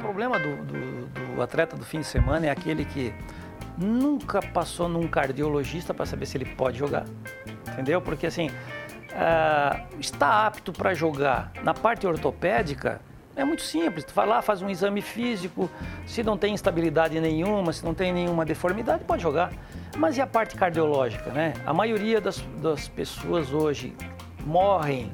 problema do, do, do atleta do fim de semana é aquele que nunca passou num cardiologista para saber se ele pode jogar. Entendeu? Porque assim, ah, está apto para jogar na parte ortopédica, é muito simples. Tu vai lá, faz um exame físico, se não tem instabilidade nenhuma, se não tem nenhuma deformidade, pode jogar. Mas e a parte cardiológica, né? A maioria das, das pessoas hoje morrem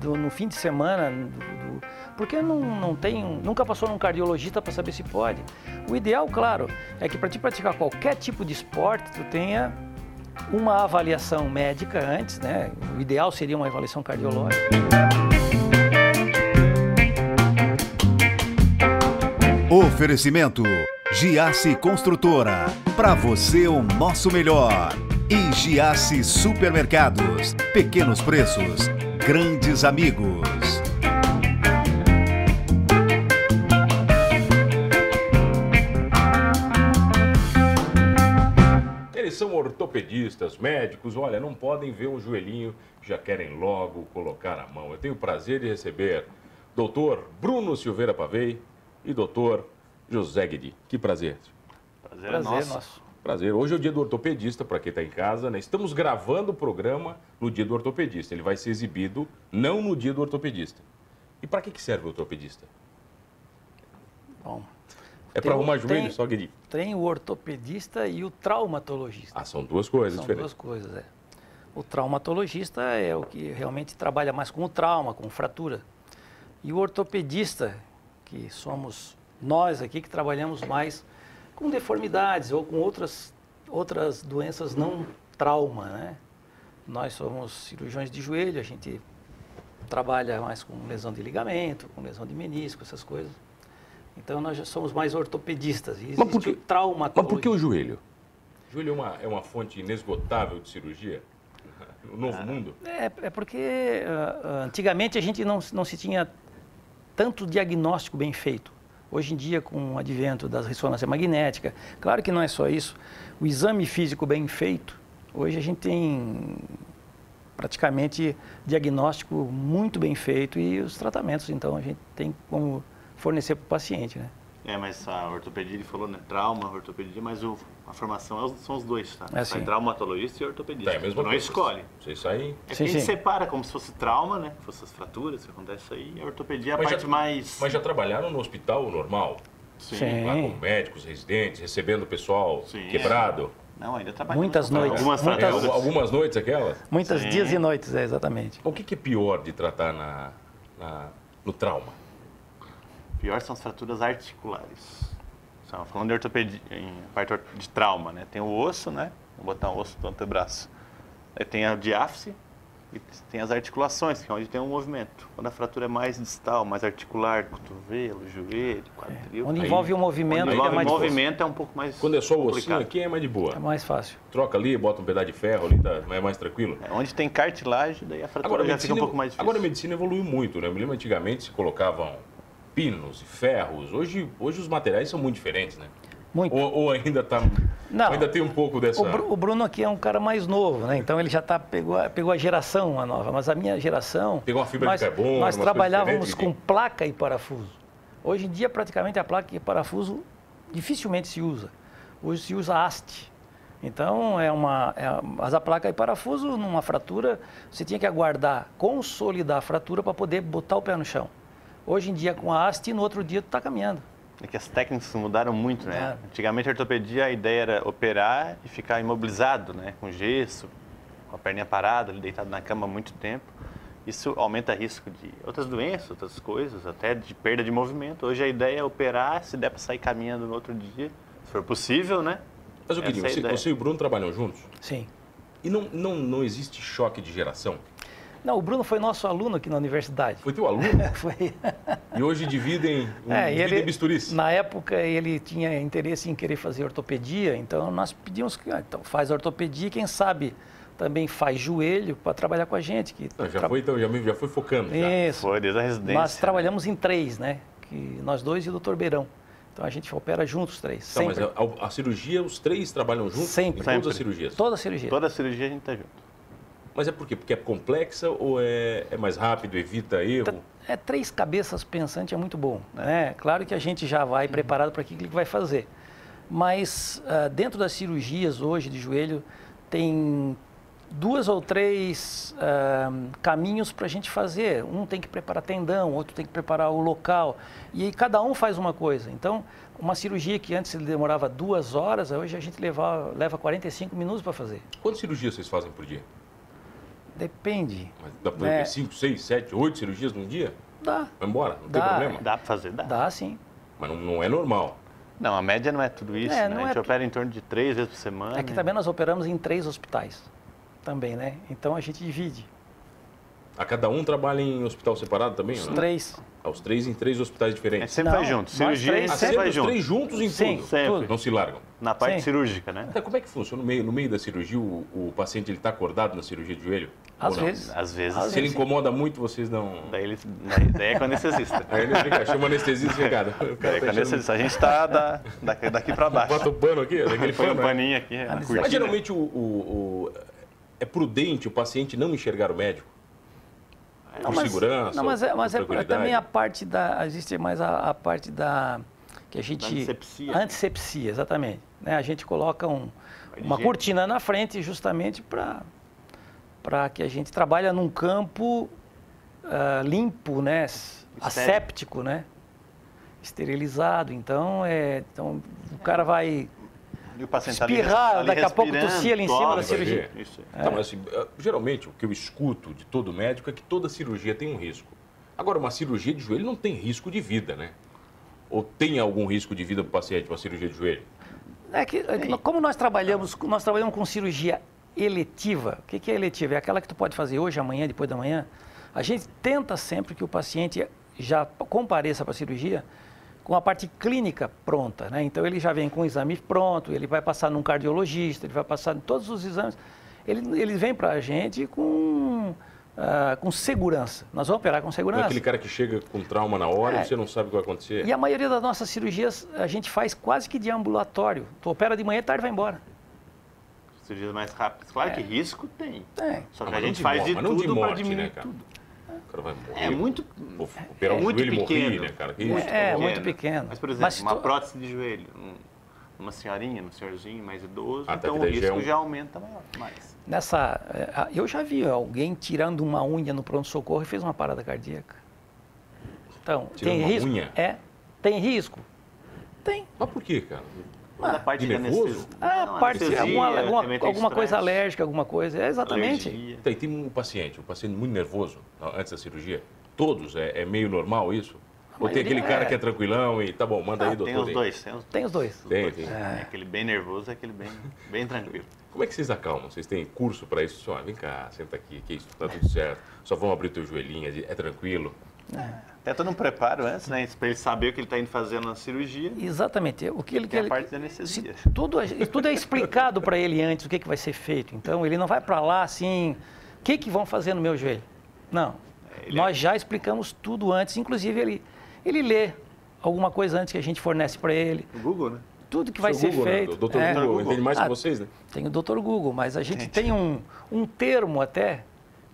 do- no fim de semana do- do- porque não, não tem, um- nunca passou num cardiologista para saber se pode. O ideal, claro, é que para te praticar qualquer tipo de esporte, tu tenha uma avaliação médica antes, né? O ideal seria uma avaliação cardiológica. Hum. Oferecimento Giasse Construtora. Para você o nosso melhor. E Giasse Supermercados. Pequenos preços, grandes amigos. Eles são ortopedistas, médicos, olha, não podem ver um joelhinho, já querem logo colocar a mão. Eu tenho o prazer de receber doutor Bruno Silveira Pavei e doutor José Guidi. Que prazer. Prazer, é Prazer nosso. nosso. Prazer. Hoje é o dia do ortopedista, para quem está em casa, né? Estamos gravando o programa no dia do ortopedista. Ele vai ser exibido não no dia do ortopedista. E para que, que serve o ortopedista? Bom, É Tem para o- arrumar joelho tem- só, Guidi? tem o ortopedista e o traumatologista. Ah, são duas coisas São duas diferentes. coisas, é. O traumatologista é o que realmente trabalha mais com o trauma, com fratura. E o ortopedista, que somos nós aqui que trabalhamos mais com deformidades ou com outras, outras doenças não trauma, né? Nós somos cirurgiões de joelho, a gente trabalha mais com lesão de ligamento, com lesão de menisco, essas coisas. Então nós já somos mais ortopedistas. E Mas por existe que- o traumatologista. Mas por que o joelho? O joelho é uma, é uma fonte inesgotável de cirurgia? No Ah. novo mundo? É, é porque ah, ah, antigamente a gente não, se- não se tinha tanto diagnóstico bem feito. Hoje em dia, com o advento da ressonância magnética, claro que não é só isso. O exame físico bem feito, hoje a gente tem praticamente diagnóstico muito bem feito e os tratamentos, então, a gente tem como fornecer para o paciente, né? É, mas a ortopedia, ele falou, né? Trauma, ortopedia, mas o- a formação é os- são os dois, tá? É, sim. Sai traumatologista e ortopedista. Tá, é a mesma não coisa. escolhe. Vocês saem. É Sim, que a sim. gente separa como se fosse trauma, né? Fosse as fraturas que acontece aí. A ortopedia é a Mas já- parte mais... É. Mas já trabalharam no hospital normal? Sim. Lá com médicos, residentes, recebendo o pessoal Sim. quebrado? Não, ainda trabalha. Muitas muito. noites, Algumas muitas- É, fraturas. al- algumas noites aquelas? Muitas Sim. dias e noites, é, exatamente. O que, que é pior de tratar na, na- no trauma? Pior são as fraturas articulares. Então, falando de ortopedia, em parte or- de trauma, né? Tem o osso, né? Vou botar um osso do antebraço. Aí tem a diáfise e tem as articulações, que é onde tem um movimento. Quando a fratura é mais distal, mais articular, cotovelo, joelho, quadril. Onde Aí- envolve o movimento, Quando onde ainda envolve é mais movimento. movimento é um pouco mais Quando é só o ossinho complicado. aqui é mais de boa. É mais fácil. Troca ali, bota um pedaço de ferro ali, tá, é mais tranquilo. É, onde tem cartilagem, daí a fratura Agora a, já fica medicina, um pouco mais difícil. agora a medicina evoluiu muito, né? Eu me lembro antigamente se colocavam pinos e ferros. Hoje, hoje os materiais são muito diferentes, né? Muito. Ou, ou ainda tá. Não. ou ainda tem um pouco dessa. O, Bru- o Bruno aqui é um cara mais novo, né? Então ele já tá, pegou, a- pegou a geração a nova, mas a minha geração. Pegou a fibra de nós, carbono, umas Nós coisas trabalhávamos com diferentes, placa e parafuso. Hoje em dia, praticamente, a placa e parafuso dificilmente se usa. Hoje se usa haste. Então, é uma, é, mas a placa e parafuso, numa fratura, você tinha que aguardar, consolidar a fratura para poder botar o pé no chão. Hoje em dia, com a haste, no outro dia, tu está caminhando. É que as técnicas mudaram muito, né? Mudaram. Antigamente a ortopedia a ideia era operar e ficar imobilizado, né? Com gesso, com a perninha parada, ali deitado na cama há muito tempo. Isso aumenta risco de outras doenças, outras coisas, até de perda de movimento. Hoje a ideia é operar, se der para sair caminhando no outro dia, se for possível, né? Mas o que Essa é a você, ideia. você e o Bruno trabalham juntos? Sim. E não, não, não existe choque de geração? Não, o Bruno foi nosso aluno aqui na universidade. Foi teu aluno Foi. e hoje dividem, um, É, e dividem ele, bisturis. na época ele tinha interesse em querer fazer ortopedia, então nós pedimos que ah, então faz ortopedia, quem sabe também faz joelho para trabalhar com a gente. Que Não, já tra- foi, então, já, me- já foi né? focando. já. Isso. Foi desde a residência. Nós trabalhamos em três, né? Que nós dois e o Dr. Beirão. Então a gente opera juntos os três. Tá, Sempre. mas a, a cirurgia, os três trabalham juntos? Sempre. Em todas as Sempre. cirurgias? Toda cirurgia. Toda cirurgia a gente tá junto. Mas é por quê? Porque é complexa ou é, é mais rápido, evita erro? É três cabeças pensante é muito bom, né? Claro que a gente já vai preparado para aquilo que vai fazer, mas ah, dentro das cirurgias hoje de joelho tem duas ou três ah, caminhos para a gente fazer. Um tem que preparar tendão, outro tem que preparar o local e aí cada um faz uma coisa. Então uma cirurgia que antes demorava duas horas, hoje a gente leva, leva 45 minutos para fazer. Quantas cirurgias vocês fazem por dia? Depende. Mas dá para Né. fazer 5, 6, 7, 8 cirurgias num dia? Dá, Vai embora, não Dá, tem problema. Dá pra fazer? Dá. dá sim. Mas não, não é normal. Não, a média não é tudo isso, É, né? não A é gente tu- opera em torno de três vezes por semana. É que também nós operamos em três hospitais também, né? Então a gente divide. A cada um trabalha em hospital separado também? Os ou não? três. Aos três em três hospitais A gente diferentes. sempre Não, vai junto. nós Cirurgia a três gente Ah, sempre sempre É, vai os três junto. juntos em Sim, tudo. sempre. Não se largam. Na parte Sim. cirúrgica, né? Então, como é que funciona no meio, no meio da cirurgia? O, o paciente ele está acordado na cirurgia de joelho? Às Ou não? é vezes. Às vezes. Às Se ele incomoda muito, vocês não. Daí, ele, daí, daí é com anestesista. Aí ele fica, chama anestesista e fica. "Cara, o cara Daí é tá com anestesista. A gente tá da, daqui, daqui pra enchendo- Bota baixo. o pano aqui, daquele Põe um pano. né? paninho aqui, é, na Mas cortina. geralmente o, o- o- é prudente o paciente não enxergar o médico? Por mas- segurança? Ah, Não, mas é, mas é por tranquilidade? também a parte da. Existe mais a, a parte da. Que a gente. antisepsia. Antisepsia, exatamente. Né? A gente coloca um- uma ligeiro. cortina na frente justamente para para que a gente trabalhe num campo ah, limpo, né? S- Estéril. Asséptico, né? Esterilizado. Então, é, então o cara vai. E o paciente tá ali espirrar, res- ali daqui a pouco respirando, tossia ali em cima da tosse. cirurgia. Isso. Tá, mas, assim, eh, geralmente o que eu escuto de todo médico é que toda cirurgia tem um risco. Agora, uma cirurgia de joelho não tem risco de vida, né? Ou tem algum risco de vida para o paciente, uma cirurgia de joelho? É que, é que como nós trabalhamos, nós trabalhamos com cirurgia eletiva. O que que é eletiva? É aquela que tu pode fazer hoje, amanhã, depois da manhã. A gente tenta sempre que o paciente já compareça para a cirurgia com a parte clínica pronta, né? Então ele já vem com o exame pronto, ele vai passar num cardiologista, ele vai passar em todos os exames. Ele, ele vem para a gente com, ah, com segurança. Nós vamos operar com Não é segurança. aquele cara que chega com trauma na hora É. e você não sabe o que vai acontecer? E a maioria das nossas cirurgias a gente faz quase que de ambulatório. Tu opera de manhã, tarde vai embora. Cirurgias mais rápidas. Claro que risco tem. É. Ah, Só que mas a não gente de faz morte, de mas não tudo de pra morte, diminuir né, cara? tudo. O cara vai morrer. É muito... Pô, Operar é um muito joelho e morrer, pequeno. né, cara? Que É, isso? é, muito pequeno. Mas, por exemplo, Mas se uma tu- prótese de joelho, um- uma senhorinha, um senhorzinho mais idoso, Ah, tá, então que o daí já risco é já, um- aumenta maior, mais. Nessa, eh, ah, eu já vi alguém tirando uma unha no pronto-socorro e fez uma parada cardíaca. Então, Tirando tem uma risco? unha? É. Tem risco? Tem. Mas por quê, cara? Mas a parte de de nervoso? anestesia... Ah, não, parte, anestesia, alguma, alguma, também tem alguma coisa estresse, alérgica, alguma coisa. É, exatamente. alergia. Tá, e tem um paciente, um paciente muito nervoso na- antes da cirurgia. Todos, é, é meio normal isso? Ou maioria tem aquele cara é. que é tranquilão e tá bom, manda aí, doutor. Ah, Tem os aí. dois, tem os Tem É. os dois. Tem, tem. Tem Aquele bem nervoso e aquele bem, bem tranquilo. Como é que vocês acalmam? Vocês têm curso pra isso? Só, vem cá, senta aqui, que isso, tá tudo certo. Só vão abrir teu joelhinho, é é tranquilo. Tem todo um preparo antes, né? Pra ele saber o que ele tá indo fazer na cirurgia. Exatamente. O que ele, que Tem a ele, parte de anestesia. tudo, a- e tudo é explicado para ele antes o que, que vai ser feito. Então, ele não vai para lá assim, o que, que vão fazer no meu joelho? Não. ele Nós já explicamos tudo antes, inclusive ele, ele lê alguma coisa antes que a gente fornece para ele, O Google, né? tudo que vai Seu ser Google, feito. Né? O doutor É, Google entende mais que Ah, vocês, né? Tem o doutor Google, mas a gente tem um, um termo até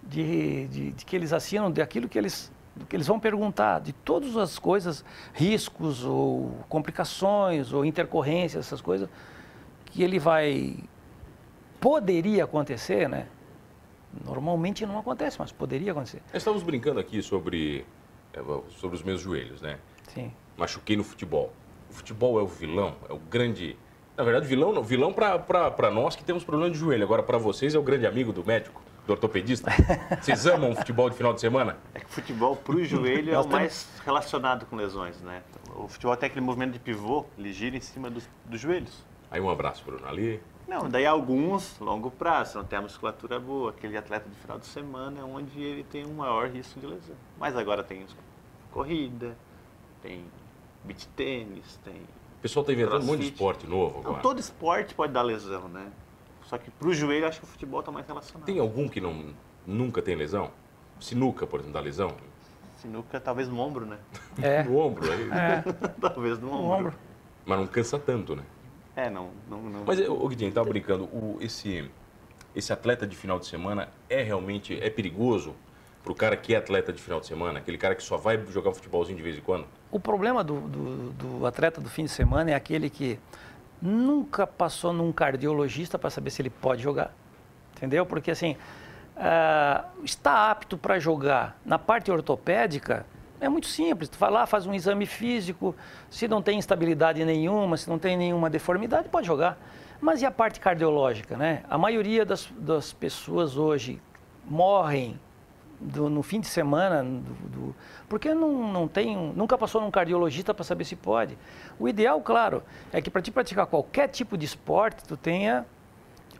de, de, de que eles assinam daquilo que eles, do que eles vão perguntar, de todas as coisas, riscos ou complicações ou intercorrências, essas coisas, que ele vai. poderia acontecer, né? Normalmente não acontece, mas poderia acontecer. Nós estávamos brincando aqui sobre, é, sobre os meus joelhos, né? Sim. machuquei no futebol. O futebol é o vilão, é o grande. Na verdade, vilão não. Vilão pra- pra pra nós que temos problema de joelho. Agora, pra vocês, é o grande amigo do médico, do ortopedista. Vocês amam o futebol de final de semana? É que o futebol pro joelho é Nós o mais relacionado com lesões, né? O futebol tem aquele movimento de pivô, ele gira em cima dos, dos joelhos. Aí um abraço, Bruno. Ali. Não, daí alguns, longo prazo, não tem a musculatura boa. Aquele atleta de final de semana é onde ele tem um maior risco de lesão. Mas agora tem corrida, tem beach tênis, tem... O pessoal tá inventando um monte de Crossfit. esporte novo Então, agora. todo esporte pode dar lesão, né? Só que pro joelho, acho que o futebol tá mais relacionado. Tem algum que não, nunca tem lesão? Sinuca, por exemplo, dá lesão? Sinuca, talvez no ombro, né? É. No ombro, aí. talvez no O ombro. ombro. Mas não cansa tanto, né? É, não, não, não. Mas, ô, Guidinho, estava brincando, o, esse Esse atleta de final de semana é realmente é perigoso para o cara que é atleta de final de semana, aquele cara que só vai jogar um futebolzinho de vez em quando? O problema do, do, do atleta do fim de semana é aquele que nunca passou num cardiologista para saber se ele pode jogar. Entendeu? Porque assim, ah, está apto para jogar na parte ortopédica, é muito simples. Tu vai lá, faz um exame físico, se não tem instabilidade nenhuma, se não tem nenhuma deformidade, pode jogar. Mas e a parte cardiológica, né? A maioria das, das pessoas hoje morrem do- no fim de semana, do- do- porque não, não tem, um- nunca passou num cardiologista para saber se pode. O ideal, claro, é que para te praticar qualquer tipo de esporte, tu tenha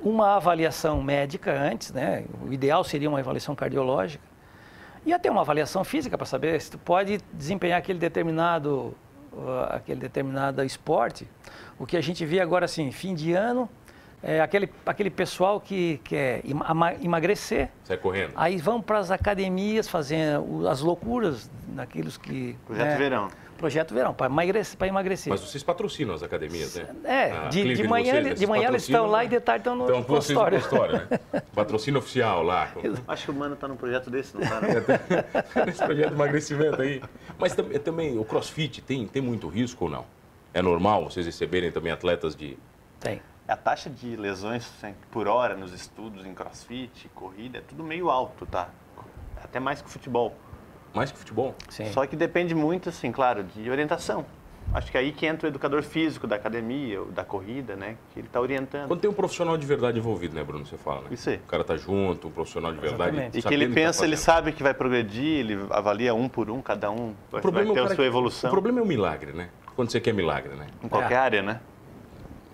uma avaliação médica antes, né? O ideal seria uma avaliação cardiológica. E até uma avaliação física para saber se tu pode desempenhar aquele determinado, ah, aquele determinado esporte. O que a gente vê agora, assim, fim de ano, é aquele, aquele pessoal que quer ema- ama- emagrecer, Sai correndo. aí vão para as academias fazer o- as loucuras naqueles que... Projeto né? Verão. Projeto Verão, para emagrecer. pra emagrecer. Mas vocês patrocinam as academias, né? É, A de- de clínica manhã vocês, ele- né? de manhã eles estão lá e de tarde estão no Então, vocês no consultório. consultório, né? Patrocínio oficial lá. Acho que o Mano tá num projeto desse, não tá? né? Nesse projeto de emagrecimento aí. Mas tam- é também, o crossfit tem, tem muito risco ou não? É normal vocês receberem também atletas de... Tem. É, A taxa de lesões assim, por hora nos estudos, em crossfit, corrida, é tudo meio alto, tá? Até mais que o futebol. Mais que futebol. Sim. Só que depende muito, assim, claro, de orientação. Acho que é aí que entra o educador físico da academia, ou da corrida, né? Que ele tá orientando. Quando tem um profissional de verdade envolvido, né, Bruno? Você fala, né? Isso aí. O cara tá junto, um profissional de verdade. Exatamente. E que sabendo ele o tá pensa, ele fazendo. sabe que vai progredir, ele avalia um por um, cada um vai, vai é ter o a cara sua que- evolução O problema é o milagre, né? Quando você quer milagre, né? em qualquer É. área, né?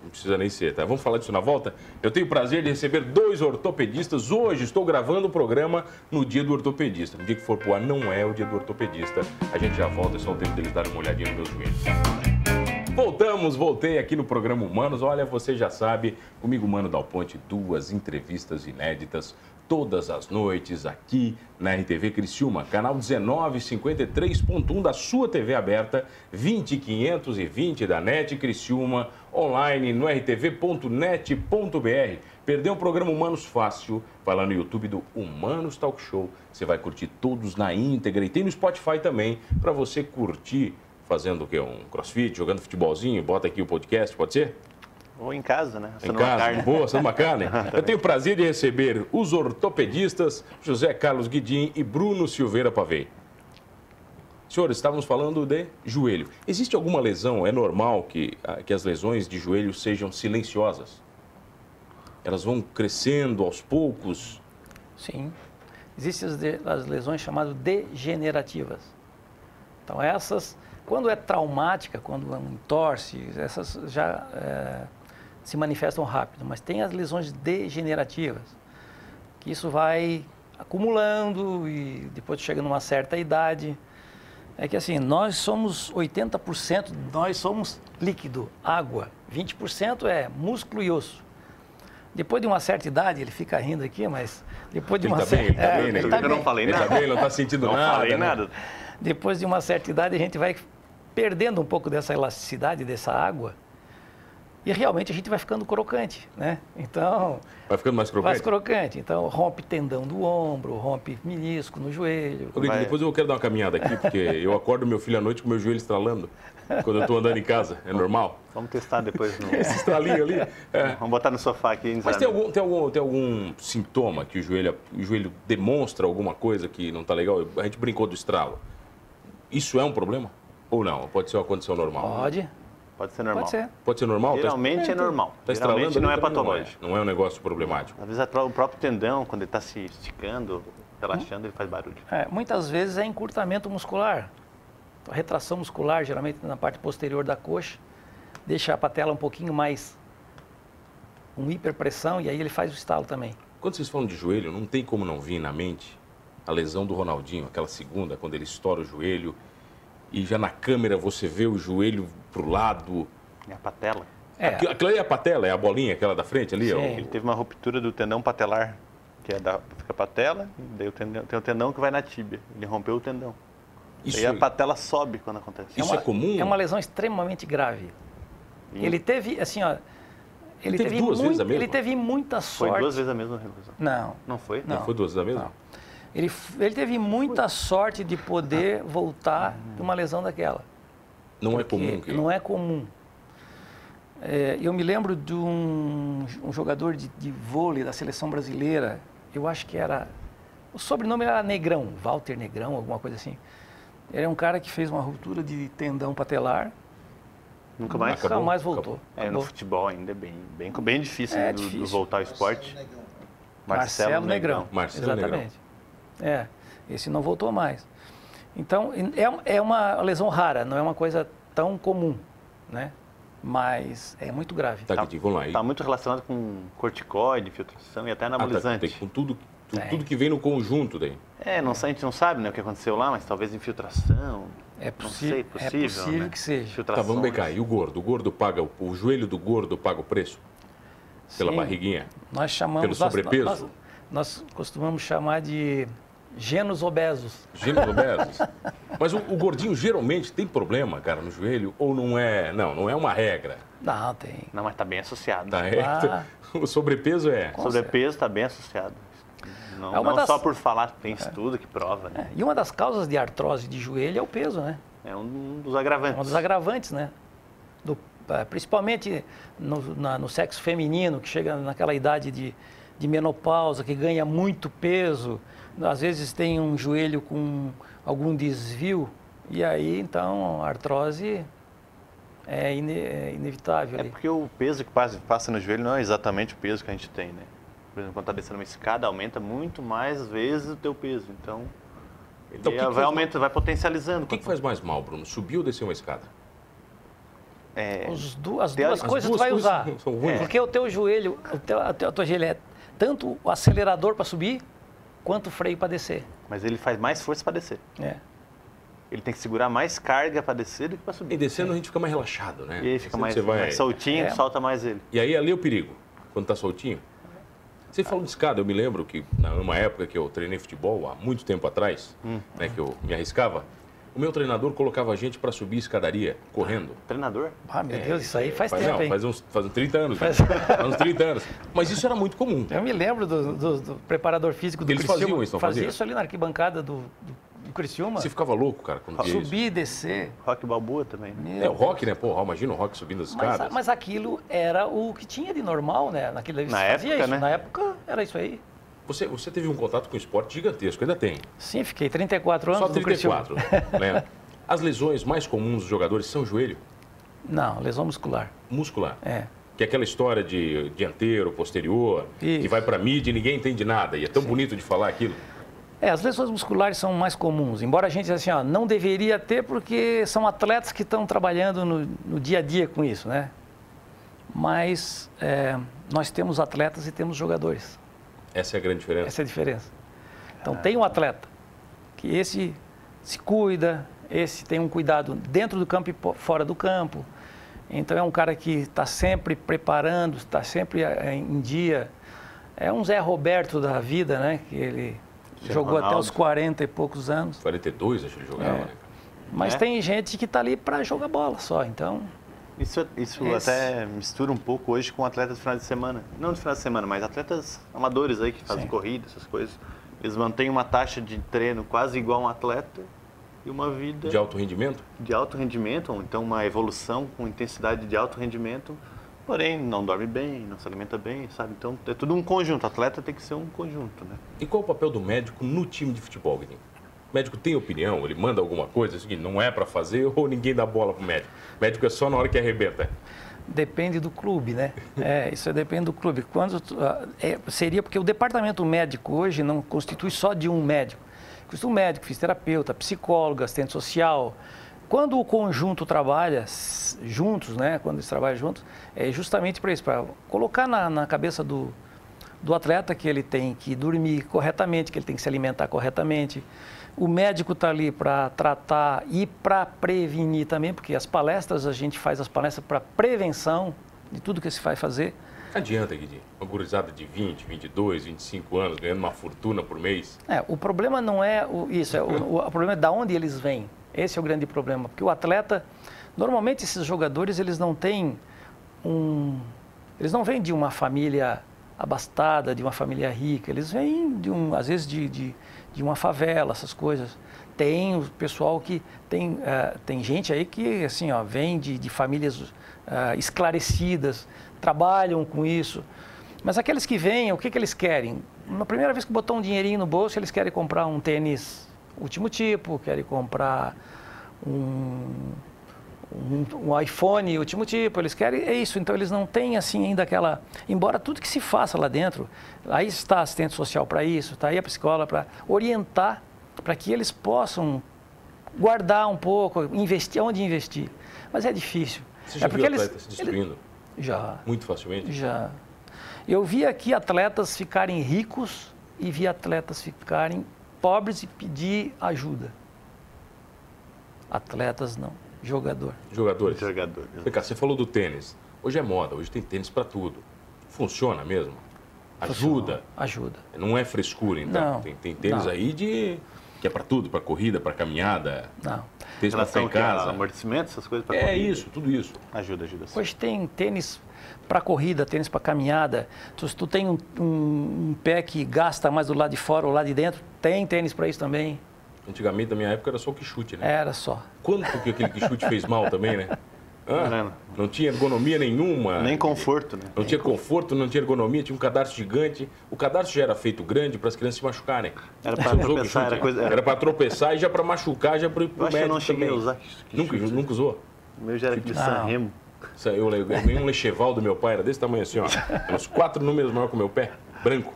Não precisa nem ser, tá? Vamos falar disso na volta? Eu tenho o prazer de receber dois ortopedistas. Hoje estou gravando o programa no dia do ortopedista. No dia que for pro ar, não é o dia do ortopedista. A gente já volta, é só o tempo deles darem uma olhadinha nos meus joelhos. Voltamos, voltei aqui no programa Humanos. Olha, você já sabe, comigo, Mano Dal Ponte, duas entrevistas inéditas todas as noites aqui na RTV Criciúma, canal 1953.1 da sua TV aberta, 20520 da NET Criciúma, online no rtv.net.br. Perdeu o programa Humanos Fácil, vai lá no YouTube do Humanos Talk Show. Você vai curtir todos na íntegra e tem no Spotify também para você curtir fazendo o quê? Um crossfit, jogando futebolzinho, bota aqui o podcast, pode ser? Ou em casa, né? Em Assando uma casa, carne. boa, sendo bacana. hein? Eu tenho o prazer de receber os ortopedistas José Carlos Guidim e Bruno Silveira Pavei. Senhores, estávamos falando de joelho. Existe alguma lesão? É normal que, ah, que as lesões de joelho sejam silenciosas? Elas vão crescendo aos poucos? Sim. Existem as, de- as lesões chamadas degenerativas. Então, essas, quando é traumática, quando é um entorse, essas já eh, se manifestam rápido. Mas tem as lesões degenerativas, que isso vai acumulando e depois tu chega numa certa idade. É que assim, nós somos 80%, nós somos líquido, água. 20% é músculo e osso. Depois de uma certa idade, ele fica rindo aqui, mas depois de Ele uma tá bem, certa ele tá é, bem, né? ele Eu tá Eu não bem. falei Ele tá nada. bem, não está sentindo Não nada. falei né? nada. Depois de uma certa idade, a gente vai perdendo um pouco dessa elasticidade, dessa água. E realmente a gente vai ficando crocante, né? Então, Vai ficando mais mais crocante? crocante. Então, rompe tendão do ombro, rompe menisco no joelho. Ô, Guidim, Vai. depois eu quero dar uma caminhada aqui, porque eu acordo meu filho à noite com meu joelho estralando quando eu estou andando em casa. É normal? Vamos testar depois. No... Esse estralinho ali. é. Vamos botar no sofá aqui. hein, Mas Zé? tem algum, tem, algum, tem algum sintoma que o joelho, o joelho demonstra alguma coisa que não está legal? A gente brincou do estralo. Isso é um problema? Ou não? Pode ser uma condição normal? Pode, Pode ser normal. pode ser. Pode ser normal? Tá- Geralmente é então, normal. tá estralando Geralmente ali não é também patológico. Não é, Não é um negócio problemático. Às vezes até o próprio tendão, quando ele está se esticando, relaxando, ele faz barulho. É, muitas vezes é encurtamento muscular. A retração muscular, geralmente na parte posterior da coxa, deixa a patela um pouquinho mais com hiperpressão e aí ele faz o estalo também. Quando vocês falam de joelho, não tem como não vir na mente a lesão do Ronaldinho, aquela segunda, quando ele estoura o joelho e já na câmera você vê o joelho pro lado. É a patela. É, Aquilo, aquilo ali é a patela, é a bolinha, aquela da frente ali? Sim. ó. Ele teve uma ruptura do tendão patelar, que é da fica a patela, e daí o tendão, tem o tendão que vai na tíbia. Ele rompeu o tendão. Isso, Daí é a patela sobe quando acontece. isso é comum? Hum. é uma lesão extremamente grave. E Ele teve, assim, ó, Ele Teve duas mui- vezes a mesma? Ele teve muita Foi sorte. duas vezes a mesma reclusão. Não, Não foi? Não. Não foi duas vezes a mesma? não. Ele, f- ele teve muita sorte de poder voltar de uma lesão daquela. Não é porque comum. Que... Não é comum. É, eu me lembro de um, um jogador de, de vôlei da seleção brasileira, eu acho que era. O sobrenome era Negrão, Walter Negrão, alguma coisa assim. Ele é um cara que fez uma ruptura de tendão patelar, Nunca mais? Acabou. nunca mais voltou. É, no Acabou. futebol ainda é bem, bem, bem difícil, É né, do- difícil. Do, voltar ao esporte. Marcelo, Negrão. Marcelo Exatamente. É, esse não voltou mais. Então, é, é uma lesão rara, não é uma coisa tão comum, né? Mas é muito grave. Tá, Guidi, vamos lá. E- Está muito relacionado com corticoide, infiltração e até Ah, tá, anabolizante. tem com tudo, tu- Tem. tudo que vem no conjunto daí. É, não, sei- a gente não sabe né, o que aconteceu lá, mas talvez infiltração. É Não possi- é sei, possível, possível né? que seja. Tá, Infiltração. vamos becar. E o gordo? O gordo paga, o- o joelho do gordo paga o preço? Pela Sim. barriguinha? Nós chamamos... Pelo nós- sobrepeso? Nós, nós costumamos chamar de genos obesos. Gêmeos obesos? Mas o, o gordinho geralmente tem problema, cara, no joelho? Ou não é? Não, não é uma regra. Não, tem. Não, mas está bem associado. Tá? É, Ah. O sobrepeso é. Com Sobrepeso está bem associado. Não, É uma não das- só por falar, tem estudo que prova, né? É, E uma das causas de artrose de joelho é o peso, né? É um dos É um agravantes. dos agravantes, né? Do- eh, principalmente no, na- no sexo feminino, que chega naquela idade de, de menopausa, que ganha muito peso, às vezes tem um joelho com algum desvio, e aí então a artrose é, ine- é inevitável. É ali. porque o peso que passa, passa no joelho não é exatamente o peso que a gente tem, né? Por exemplo, quando tá descendo uma escada, aumenta muito mais vezes o teu peso. Então, ele Então, o que que vai faz- aumentando, vai potencializando. O que, que faz mais mal, Bruno? Subiu ou desceu uma escada? É, Os du- as Tem duas as coisas duas tu vai coisas usar. são- são ruins. né? Porque o teu joelho, o teu, a tua a tua joelha é tanto o acelerador para subir, quanto o freio para descer. mas ele faz mais força para descer. É. Ele tem que segurar mais carga para descer do que para E subir. descendo a gente fica mais relaxado, né? E aí fica Descendo mais, Você vai... mais soltinho, É. solta mais ele. E aí ali é o perigo, quando tá soltinho. Você falou de escada, eu me lembro que na uma época que eu treinei futebol, há muito tempo atrás, Hum. né, que eu me arriscava, o meu treinador colocava a gente para subir escadaria, correndo. Treinador? Ah, meu Deus, isso aí faz, É, Faz, tempo, não, hein? faz, uns, faz uns 30 anos. né? Faz- É, Faz... uns 30 anos. Mas isso era muito comum. Eu me lembro do, do- do preparador físico do Eles Criciúma. faziam isso, não fazia faziam? isso ali na arquibancada do, do, do Criciúma. Você ficava louco, cara, quando via isso. subir e descer. Rock Balboa também. Meu É o rock, né? Porra, imagina o rock subindo as Mas, a- escadas. mas aquilo era o que tinha de normal, né? Naquele, Na fazia isso. época, né? Na época era isso aí. Você, você teve um contato com o esporte gigantesco, ainda tem. Sim, fiquei 34 anos Só no Criciúma. 34. né? As lesões mais comuns dos jogadores são joelho, Não, lesão muscular. muscular. É. Que é aquela história de dianteiro, posterior, Isso. que vai pra mídia e ninguém entende nada. E é tão bonito de falar aquilo. É, as lesões musculares são mais comuns, embora a gente diz assim, ó, não deveria ter porque são atletas que estão trabalhando no, no dia a dia com isso, né? Mas é, nós temos atletas e temos jogadores. Essa é a grande diferença. Essa é a diferença. Ah. Então tem um atleta que esse se cuida, esse tem um cuidado dentro do campo e po- fora do campo. Então é um cara que está sempre preparando, está sempre eh, em dia. É um Zé Roberto da vida, né? Que ele jogou até Ronaldo. os 40 e poucos anos. 42, acho que ele jogava, né? Mas É. tem gente que está ali para jogar bola só. Então Isso, é- isso Esse- até mistura um pouco hoje com atletas de final de semana. Não de final de semana, mas atletas amadores aí que fazem Sim. corrida, essas coisas. Eles mantêm uma taxa de treino quase igual a um atleta e uma vida De de, alto rendimento? alto rendimento, ou então uma evolução com intensidade de alto rendimento, porém não dorme bem, não se alimenta bem, sabe? Então é tudo um conjunto. Atleta tem que ser um conjunto, né? E qual o papel do médico no time de futebol, Guilherme? O médico tem opinião, ele manda alguma coisa, isso que não é pra fazer ou ninguém dá bola pro médico? O médico é só na hora que arrebenta. Depende do clube, né? É, isso é, depende do clube. Quando tu- ah, é, seria porque o departamento médico hoje não constitui só de um médico. Constitui um médico, fisioterapeuta, psicólogo, assistente social. Quando o conjunto trabalha s- juntos, né? Quando eles trabalham juntos, é justamente para isso, para colocar na, na cabeça do, do atleta que ele tem que dormir corretamente, que ele tem que se alimentar corretamente. O médico está ali para tratar e para prevenir também, porque as palestras, a gente faz as palestras para prevenção de tudo que se vai fazer. Adianta, Guidi. Uma gurizada de 20, 22, 25 anos, ganhando uma fortuna por mês. É, o problema não é o- isso, é, o, o- o problema é da onde eles vêm. Esse é o grande problema, porque o atleta, normalmente esses jogadores, eles não têm um, Eles não vêm de uma família abastada, de uma família rica, eles vêm, de um, às vezes, de, de, de uma favela, essas coisas. Tem o pessoal que. Tem, ah, tem gente aí que, assim, ó, vem de, de famílias ah, esclarecidas, trabalham com isso. Mas aqueles que vêm, o que, que eles querem? Na primeira vez que botou um dinheirinho no bolso, eles querem comprar um tênis último tipo, querem comprar um, um, um iPhone último tipo, eles querem, é isso. Então eles não têm assim ainda aquela. Embora tudo que se faça lá dentro, aí está assistente social para isso, está aí a psicóloga para orientar, para que eles possam guardar um pouco, investir onde investir. Mas é difícil. Você já é viu atleta se destruindo eles- já, muito facilmente? já. Eu vi aqui atletas ficarem ricos e vi atletas ficarem pobres e pedir ajuda. Atletas não, jogador. Jogadores. Jogador. Vem cá, você falou do tênis. Hoje é moda, hoje tem tênis para tudo. Funciona mesmo? Ajuda? Ajuda. Não é frescura, então. Não, Tem, tem tênis não. aí de que é para tudo, para corrida, para caminhada, Não. tênis para ficar Relação em que casa. casa. amortecimento, essas coisas pra É corrida. isso, tudo isso. Ajuda, ajuda. sim. Hoje tem tênis para corrida, tênis para caminhada. Tu- Se tu tem um, um- um pé que gasta mais do lado de fora ou lá de dentro, tem tênis para isso também. Antigamente, na minha época, era só o que chute, né? Era só. Quanto que aquele que chute fez mal também, né? Hã? Não tinha ergonomia nenhuma. Nem conforto, né? Não tinha conforto, não tinha ergonomia, tinha um cadarço gigante. O cadarço já era feito grande para as crianças se machucarem. Era pra Você usou tropeçar, que chute? era coisa- Era para tropeçar e já para machucar, já para ir pro Eu acho que eu médico não cheguei também. a usar que Nunca, chute. nunca usou? O meu já era aquele Ah. San Remo. Isso aí, Eu le- eu ganhei um lecheval do meu pai, era desse tamanho assim, ó. Era Uns quatro números maior que o meu pé, branco.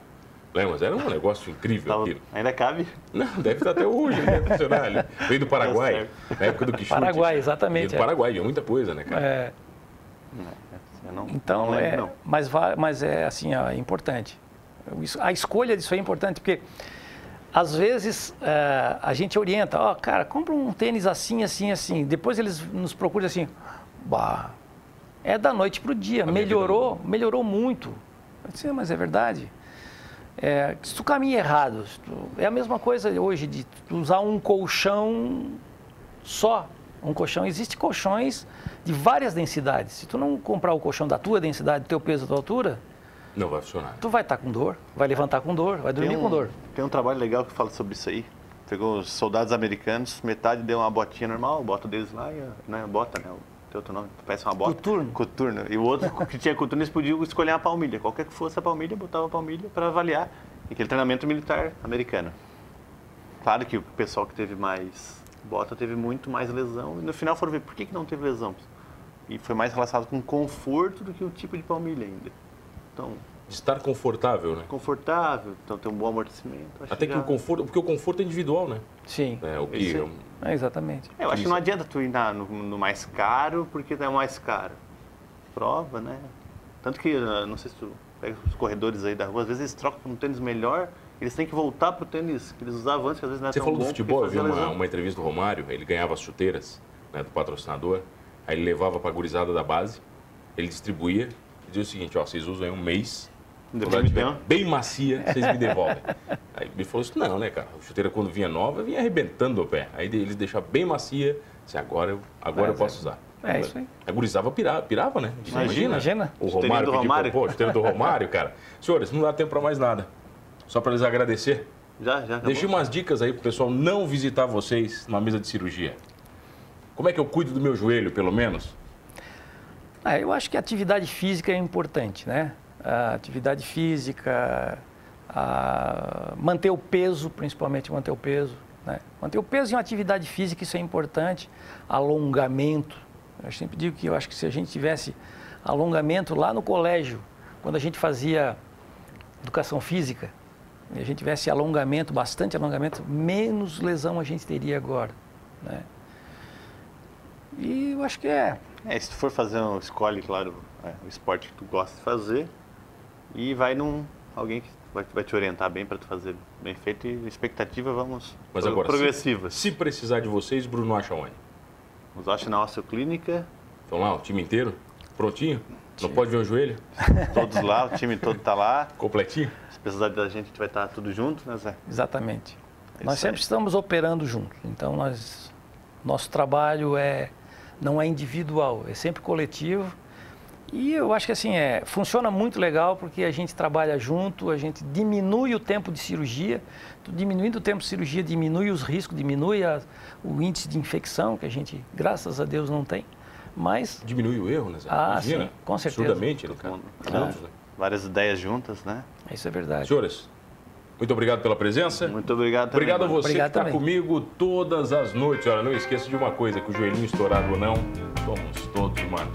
Lembra? Mas Era um negócio incrível Tava- aquilo. Ainda cabe? Não, deve estar até hoje, ele deve funcionar ali. Veio do Paraguai, na época do Quixote. Tá Paraguai, Veio exatamente, do é. Paraguai, é muita coisa, né, cara? É, Eu não, então, não lembro, é, não. Mas, va- mas é assim, ó, é importante. Isso- A escolha disso aí é importante, porque às vezes eh, a gente orienta, ó, cara, compra um tênis assim, assim, assim. Depois eles nos procuram assim, bah, é da noite para o dia, minha vida melhorou, melhorou muito. Eu disse, "É, mas é verdade. É, se tu caminha errado, se tu- é a mesma coisa hoje de tu usar um colchão só. Um colchão, existem colchões de várias densidades. Se tu não comprar o colchão da tua densidade, do teu peso, da tua altura, Não vai funcionar. tu vai estar com dor, vai levantar com dor, vai dormir um, com dor. tem um trabalho legal que fala sobre isso aí. Pegou os soldados americanos, metade deu uma botinha normal, bota deles lá e. a- Não é bota, né? O- Tem outro nome, parece uma bota. Coturno. Coturno. E o outro que tinha coturno, eles podiam escolher a palmilha. Qualquer que fosse a palmilha, botava a palmilha para avaliar aquele treinamento militar americano. Claro que o pessoal que teve mais bota teve muito mais lesão. E no final foram ver por que, que não teve lesão. E foi mais relacionado com conforto do que o tipo de palmilha ainda. Então, De estar confortável, né? confortável, então tem um bom amortecimento. acho Até que já- o conforto, porque o conforto é individual, né? Sim, É, o que Esse- eu- é, exatamente. É, eu acho que Isso. não adianta tu ir na- no, no mais caro, porque é o mais caro. Prova, né? Tanto que, ah, não sei se tu pega os corredores aí da rua, às vezes eles trocam por um tênis melhor, eles têm que voltar pro tênis que eles usavam antes, que às vezes não é um Você tão falou bom, do porque futebol, eu vi fazia uma, lesão. uma entrevista do Romário, ele ganhava as chuteiras né, do patrocinador, aí ele levava pra gurizada da base, ele distribuía, e dizia o seguinte, ó, vocês usam aí um mês, Depois quando ela me tiver dão. bem macia, vocês me devolvem. aí ele falou assim, não, né, cara, a chuteira quando vinha nova, vinha arrebentando o pé, aí eles deixavam bem macia, assim, agora, eu- agora eu Mas é- posso usar. é isso aí. A gurizava pirava, pirava né? Imagina. Imagina. O Chuteirinha Romário do pediu Romário. pô, chuteira do Romário, cara. Senhores, não dá tempo pra mais nada. Só pra eles agradecer. Já, já. acabou? Deixei umas dicas aí pro pessoal não visitar vocês na mesa de cirurgia. Como é que eu cuido do meu joelho, pelo menos? Ah, eu acho que a atividade física é importante, né? A atividade física, a manter o peso, principalmente manter o peso. Né? Manter o peso em uma atividade física, isso é importante. Alongamento. Eu sempre digo que eu acho que se a gente tivesse alongamento lá no colégio, quando a gente fazia educação física, e a gente tivesse alongamento, bastante alongamento, menos lesão a gente teria agora. Né? E eu acho que é. É, se tu for fazer um, escolhe, claro, é, o esporte que tu gosta de fazer e vai num... Alguém que vai, vai te orientar bem para tu fazer bem feito e expectativa, vamos, Mas agora, progressivas. se precisar de vocês, Bruno acha onde? Nos acha na osteoclínica, Então lá, o time inteiro? Prontinho? Não pode ver o joelho? todos lá, o time todo tá lá. Completinho? Se precisar da gente, a gente vai estar tudo junto, né, Zé? Exatamente. nós aí. sempre estamos operando juntos. Então nós nosso trabalho é não é individual, é sempre coletivo E eu acho que assim, é, funciona muito legal porque a gente trabalha junto, a gente diminui o tempo de cirurgia. Tu Diminuindo o tempo de cirurgia, diminui os riscos, diminui a- o índice de infecção, que a gente, graças a Deus, não tem. Mas Diminui o erro, né, Zé? Ah, Imagina, sim, com certeza. É. absurdamente, no caso. Ambos, né? Várias ideias juntas, né? isso é verdade. Senhores, muito obrigado pela presença. Muito obrigado também. Obrigado a mano. você Obrigado que está também. comigo todas as noites. Olha, não esqueça de uma coisa, que o joelhinho estourado ou não, somos todos humanos.